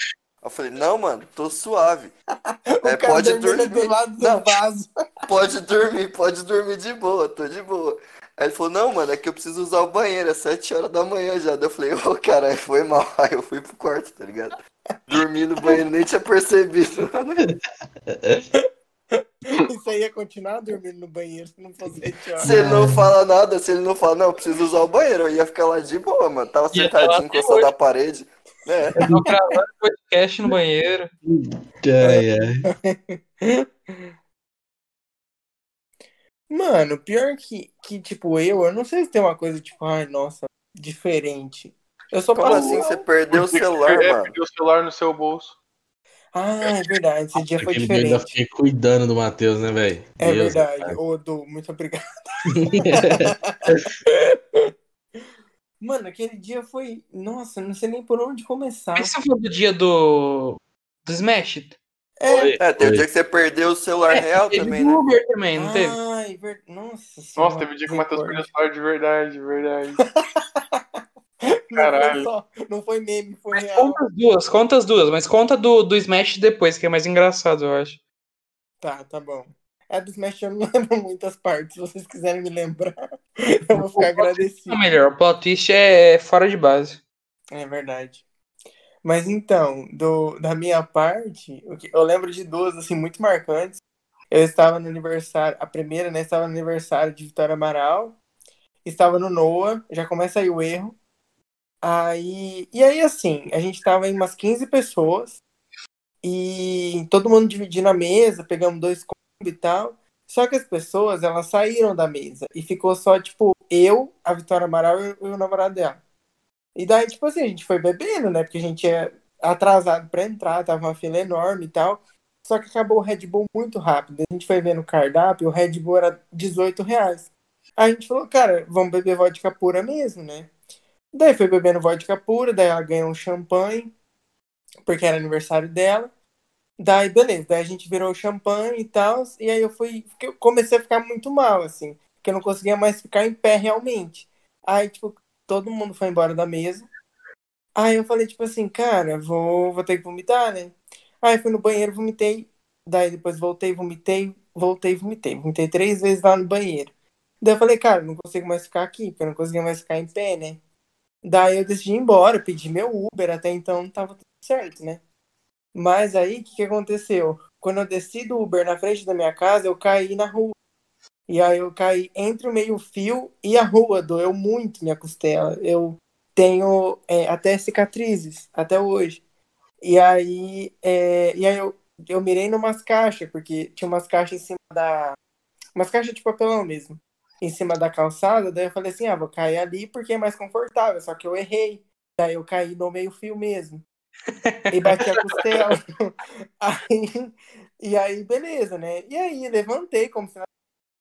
Eu falei, não, mano, tô suave. É, O cara pode dormindo dormir. do lado do Não. vaso. (laughs) Pode dormir, pode dormir de boa, tô de boa. Aí ele falou, não, mano, é que eu preciso usar o banheiro, é 7 horas da manhã já. Daí eu falei, ô, caralho, (laughs) foi mal. Aí eu fui pro quarto, tá ligado? Dormi no banheiro, nem tinha (laughs) percebido. Isso aí ia continuar dormindo no banheiro se não fosse sete horas. Se ele não fala nada, se ele não fala, não, eu preciso usar o banheiro, eu ia ficar lá de boa, mano. Tava Ia falar sentadinho, até encostado na parede. É, Eu tava gravando podcast no banheiro. Ai, é, ai. Mano, pior que, que, tipo, eu, eu não sei se tem uma coisa, tipo, ai, nossa, diferente. Eu só como passo. assim você perdeu o celular, É, mano? perdeu o celular no seu bolso. Ah, é verdade, esse dia foi Aquele dia eu ainda diferente. fiquei cuidando do Matheus, né, velho? É Deus, verdade. Ô, Du, muito obrigado. Mano, aquele dia foi. Nossa, não sei nem por onde começar. Esse foi do dia do. do Smash? É, É, teve dia que você perdeu o celular real teve também, do né? Uber também, não teve? Ah. Ai, ver... Nossa Nossa, teve um dia que o Matheus perdeu o celular de verdade, de verdade. Caralho. Não foi, só, não foi meme, foi Mas real. conta as duas, conta as duas, mas conta do, do Smash depois, que é mais engraçado, eu acho. Tá, tá bom. É do Smash, eu não (laughs) lembro muitas partes. Se vocês quiserem me lembrar, (laughs) eu vou assim? ficar agradecido. Ou melhor, o plot twist é fora de base. É verdade. Mas então, do, da minha parte, o que- eu lembro de duas, assim, muito marcantes. Eu estava no aniversário, a primeira, né, estava no aniversário de Vitória Amaral, estava no Noah, já começa aí o erro. Aí, e aí, assim, a gente estava em umas 15 pessoas, e todo mundo dividindo a mesa, pegamos dois combo e tal. Só que as pessoas, elas saíram da mesa, e ficou só, tipo, eu, a Vitória Amaral e o- e o namorado dela. E daí, tipo assim, a gente foi bebendo, né? Porque a gente é atrasado pra entrar, tava uma fila enorme e tal. Só que acabou o Red Bull muito rápido. A gente foi ver no cardápio, o Red Bull era 18 reais. Aí a gente falou, cara, vamos beber vodka pura mesmo, né? Daí foi bebendo vodka pura, daí ela ganhou um champanhe, porque era aniversário dela. Daí, beleza, daí a gente virou champanhe e tal. E aí eu fui, eu comecei a ficar muito mal, assim, porque eu não conseguia mais ficar em pé realmente. Aí, tipo, todo mundo foi embora da mesa. Aí eu falei, tipo assim, cara, vou, vou ter que vomitar, né? Aí fui no banheiro, vomitei. Daí depois voltei, vomitei, voltei, vomitei. Vomitei três vezes lá no banheiro. Daí eu falei, cara, não consigo mais ficar aqui, porque eu não conseguia mais ficar em pé, né? Daí eu decidi ir embora, pedi meu Uber, até então tava tudo certo, né? Mas aí, o que que aconteceu? Quando eu desci do Uber na frente da minha casa, eu caí na rua. E aí eu caí entre o meio-fio e a rua, doeu muito minha costela. Eu tenho é, até cicatrizes, até hoje. E aí, é, e aí eu, eu mirei numas caixas, porque tinha umas caixas em cima da. Umas caixas de papelão mesmo, em cima da calçada. Daí eu falei assim: ah, vou cair ali porque é mais confortável. Só que eu errei. Daí eu caí no meio-fio mesmo. E bati a costela. (laughs) Aí, e aí, beleza, né? E aí, levantei como se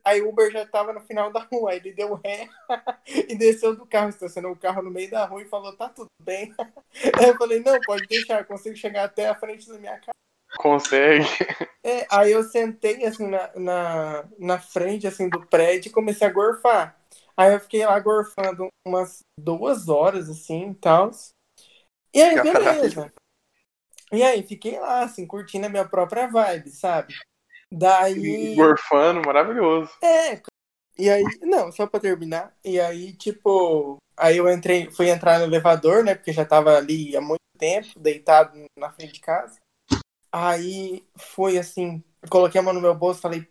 Aí o Uber já tava no final da rua, aí ele deu ré (laughs) e desceu do carro, estacionou o carro no meio da rua e falou, tá tudo bem. (laughs) Aí eu falei, não, pode deixar, eu consigo chegar até a frente da minha casa. Consegue. É, aí eu sentei assim na, na, na frente assim, do prédio e comecei a gorfar. Aí eu fiquei lá gorfando umas duas horas, assim, e tal. E aí, Caralho. beleza. E aí, fiquei lá, assim, curtindo a minha própria vibe, sabe? Daí. Gorfano, maravilhoso. É. E aí, não, só pra terminar. E aí, tipo, aí eu entrei, fui entrar no elevador, né? Porque já tava ali há muito tempo, deitado na frente de casa. Aí foi assim, eu coloquei a mão no meu bolso, falei,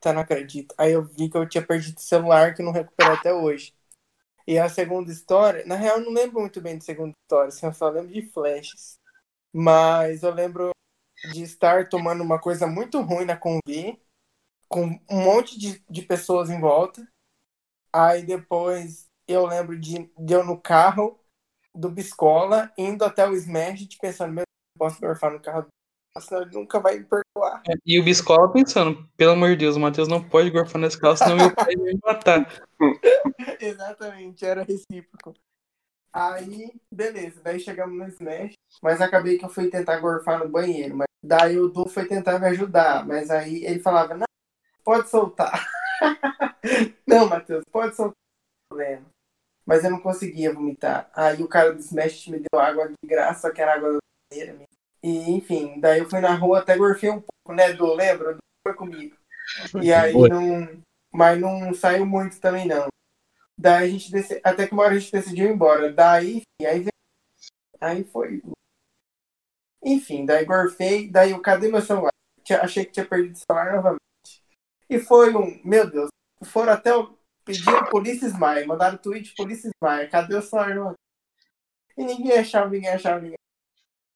tá, não acredito. Aí eu vi que eu tinha perdido o celular que eu não recuperei até hoje. E a segunda história, na real, eu não lembro muito bem de segunda história, assim, eu só lembro de flashes. Mas eu lembro de estar tomando uma coisa muito ruim na Convi com um monte de, de pessoas em volta. Aí depois eu lembro de, de eu no carro do Biscola, indo até o Smash, de pensando, meu, Deus, não posso dorfar no carro do Biscola, senão ele nunca vai me perdoar. E o Biscola pensando, pelo amor de Deus, o Matheus não pode gorfar nesse carro, senão meu pai vai me matar. (laughs) Exatamente, era recíproco. Aí, beleza, daí chegamos no Smash, mas acabei que eu fui tentar gorfar no banheiro, mas daí o Du foi tentar me ajudar, mas aí ele falava, não, pode soltar. não, Matheus, pode soltar, não tem problema. Mas eu não conseguia vomitar. Aí o cara do Smash me deu água de graça, só que era água da banheira mesmo. E enfim, daí eu fui na rua, até gorfei um pouco, né, Du, lembra? O Du foi comigo. E aí Foi. não... Mas não saiu muito também, não. Daí a gente deci- até que uma hora a gente decidiu ir embora. Daí, e aí, veio- aí foi. Enfim, daí gorfei, daí eu cadê meu celular? Tinha- achei que tinha perdido o celular novamente. E foi um, meu Deus, foram até o. Pediram Polícia Smile, mandaram tweet Polícia Smile, cadê o celular novamente? E ninguém achava, ninguém achava, ninguém.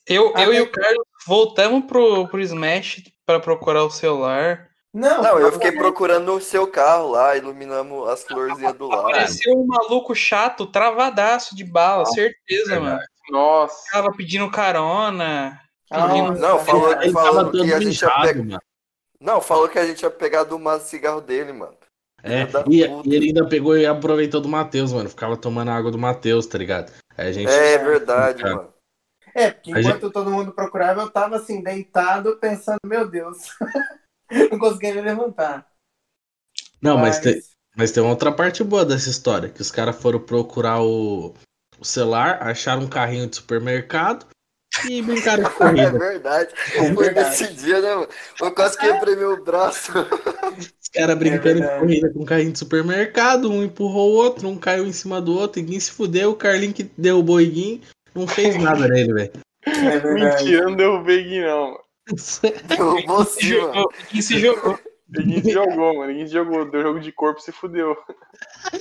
Eu, Ah, eu Até- né? e o Carlos voltamos pro, pro Smash pra procurar o celular. Não, Não, eu fiquei procurando no seu carro lá, iluminamos as florzinhas do Ah. lado. Apareceu um maluco chato, travadaço de bala, é certeza, mano. Nossa. Tava pedindo carona. Ah, pedindo- Não, falou, Ele falou tava todo que a gente ia mijado, pegar. mano. Não, falou que a gente ia pegar do maço de cigarro dele, mano. É, Filho da e, puta. e ele ainda pegou e aproveitou do Matheus, mano. Ficava tomando a água do Matheus, tá ligado? Aí a gente. É verdade, Cara. Tá mano. É, porque A gente- enquanto todo mundo procurava, eu tava assim, deitado, pensando, meu Deus. (laughs) Não conseguia me levantar. Não, mas, tem, mas tem uma outra parte boa dessa história, que os caras foram procurar o, o celular, acharam um carrinho de supermercado e brincaram de É (laughs) corrida. verdade. Foi É (laughs) verdade. nesse dia, né, mano? Eu quase quebrei meu braço. (laughs) Os caras brincando de verdade. corrida com um carrinho de supermercado, um empurrou o outro, um caiu em cima do outro, ninguém se fudeu, o Carlinho que derrubou o Iguinho, não fez nada nele, velho. É verdade. Mentira, eu não deu o Beguin, não. mano. Derrubou Se sim, mano. jogou, quem se jogou. Beguin se jogou, mano. Beguin se jogou, deu jogo de corpo e se fudeu.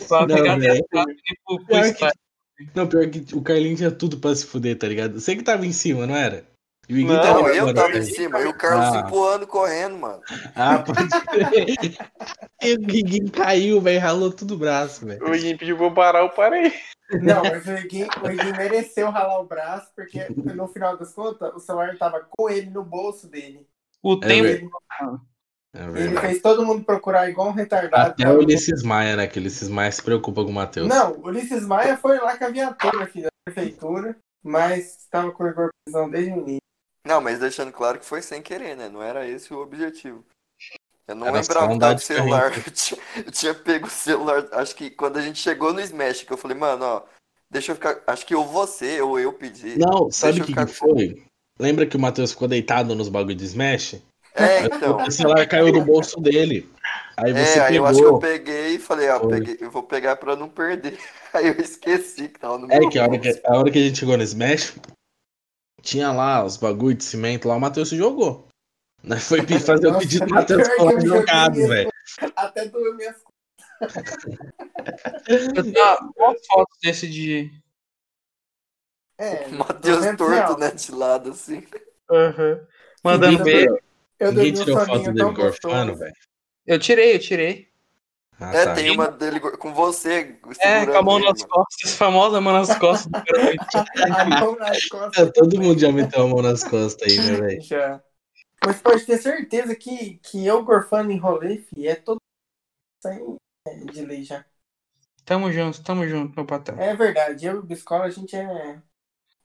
Só Não, pegar tipo, velho. pro, pro Pior que- estádio. Não, pior que o Carlinho tinha tudo pra se fuder, tá ligado? Você que tava em cima, não era? E o Iguinho Não, tava Não, eu fora, tava em velho. cima. E o Carlos Ah. se empurrando, correndo, mano. Ah, pode crer. (laughs) E o Iguinho caiu, velho, ralou tudo o braço, velho. O Beguin pediu pra eu parar, eu parei. Não, mas o Egui, o Egui mereceu ralar o braço, porque no final das contas, o celular tava com ele no bolso dele. O É tempo verdade. É Ele verdade. fez todo mundo procurar igual um retardado. Até o Ulisses Maia, né? Que o Ulisses Maia se preocupa com o Matheus. Não, o Ulisses Maia foi lá com a viatura aqui da prefeitura, mas tava com recordação desde o início. Não, mas deixando claro que foi sem querer, né? Não era esse o objetivo. Eu não Era só lembrava que andar tava de com o celular. (laughs) Eu tinha, eu tinha pego o celular. Acho que quando a gente chegou no Smash, que eu falei, mano, ó, deixa eu ficar. Acho que ou você ou eu pedi. Não, sabe Deixa o que, eu ficar que foi? Lembra que o Matheus ficou deitado nos bagulho de Smash? É, então. O celular caiu do bolso dele. Aí você É, aí eu pegou. acho que eu peguei e falei, ó, Foi. peguei, eu vou pegar pra não perder. (laughs) Aí eu esqueci que tava no É meu que a hora (laughs) bolso. que, a hora que a gente chegou no Smash, tinha lá os bagulho de cimento lá, o Matheus se jogou. Nós foi pe- fazer o Nossa, pedido do Matheus pior que colar eu joguei jogado, mesmo. velho. Até doeu minhas costas. eu tava uma foto desse dia. É, (laughs) Matheus Não, torto, não. né, de lado, assim. Mandando Sim, ver. eu Ninguém dormi um tirou foto soninho dele tão gorfando, gostoso. velho. Eu tirei, eu tirei. Ah, É, tá. tem uma dele go- com você, É, segurando com a mão ele, nas mano. costas, famosa mão nas costas do cara doido. A mão nas costas. É, Todo mundo já meteu a mão nas costas aí, né, velho? Já. Mas pode ter certeza que, que eu gorfando enrolei, fi, é todo sem é, de lei já. (laughs) Tamo junto, tamo junto, meu patrão. É verdade, eu e o Biscola, a gente é.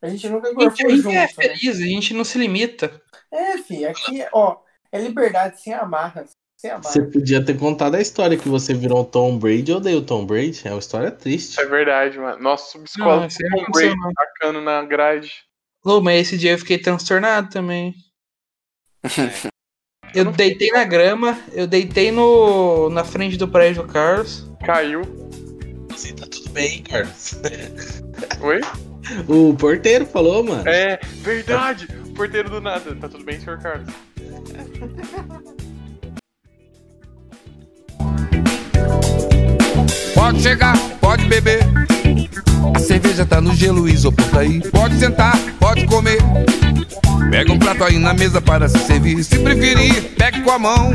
A gente nunca A gente, a gorfou gente junto. é né? feliz, a gente não se limita. É, fi, aqui, ó, é liberdade sem amarras. Sem Você amarras. podia ter contado a história que você virou o Tom Brady. Eu odeio o Tom Brady. É uma história triste. É verdade, mano. Nossa, o Não, Biscola isso aí com não um aconteceu, break não. tacando na grade. Lô, mas esse dia eu fiquei transtornado (laughs) também. Eu deitei na grama, eu deitei no na frente do prédio do Carlos. Caiu. Você tá tudo bem, Carlos. Oi? O porteiro falou, mano. É, verdade! O porteiro do nada. Tá tudo bem, senhor Carlos? Pode chegar, pode beber. Cerveja tá no gelo, isopor tá aí. Pode sentar, pode comer. Pega um prato aí na mesa para se servir. Se preferir, pegue com a mão.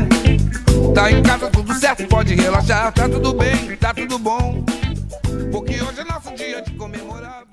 Tá em casa tudo certo, pode relaxar. Tá tudo bem, tá tudo bom. Porque hoje é nosso dia de comemorar.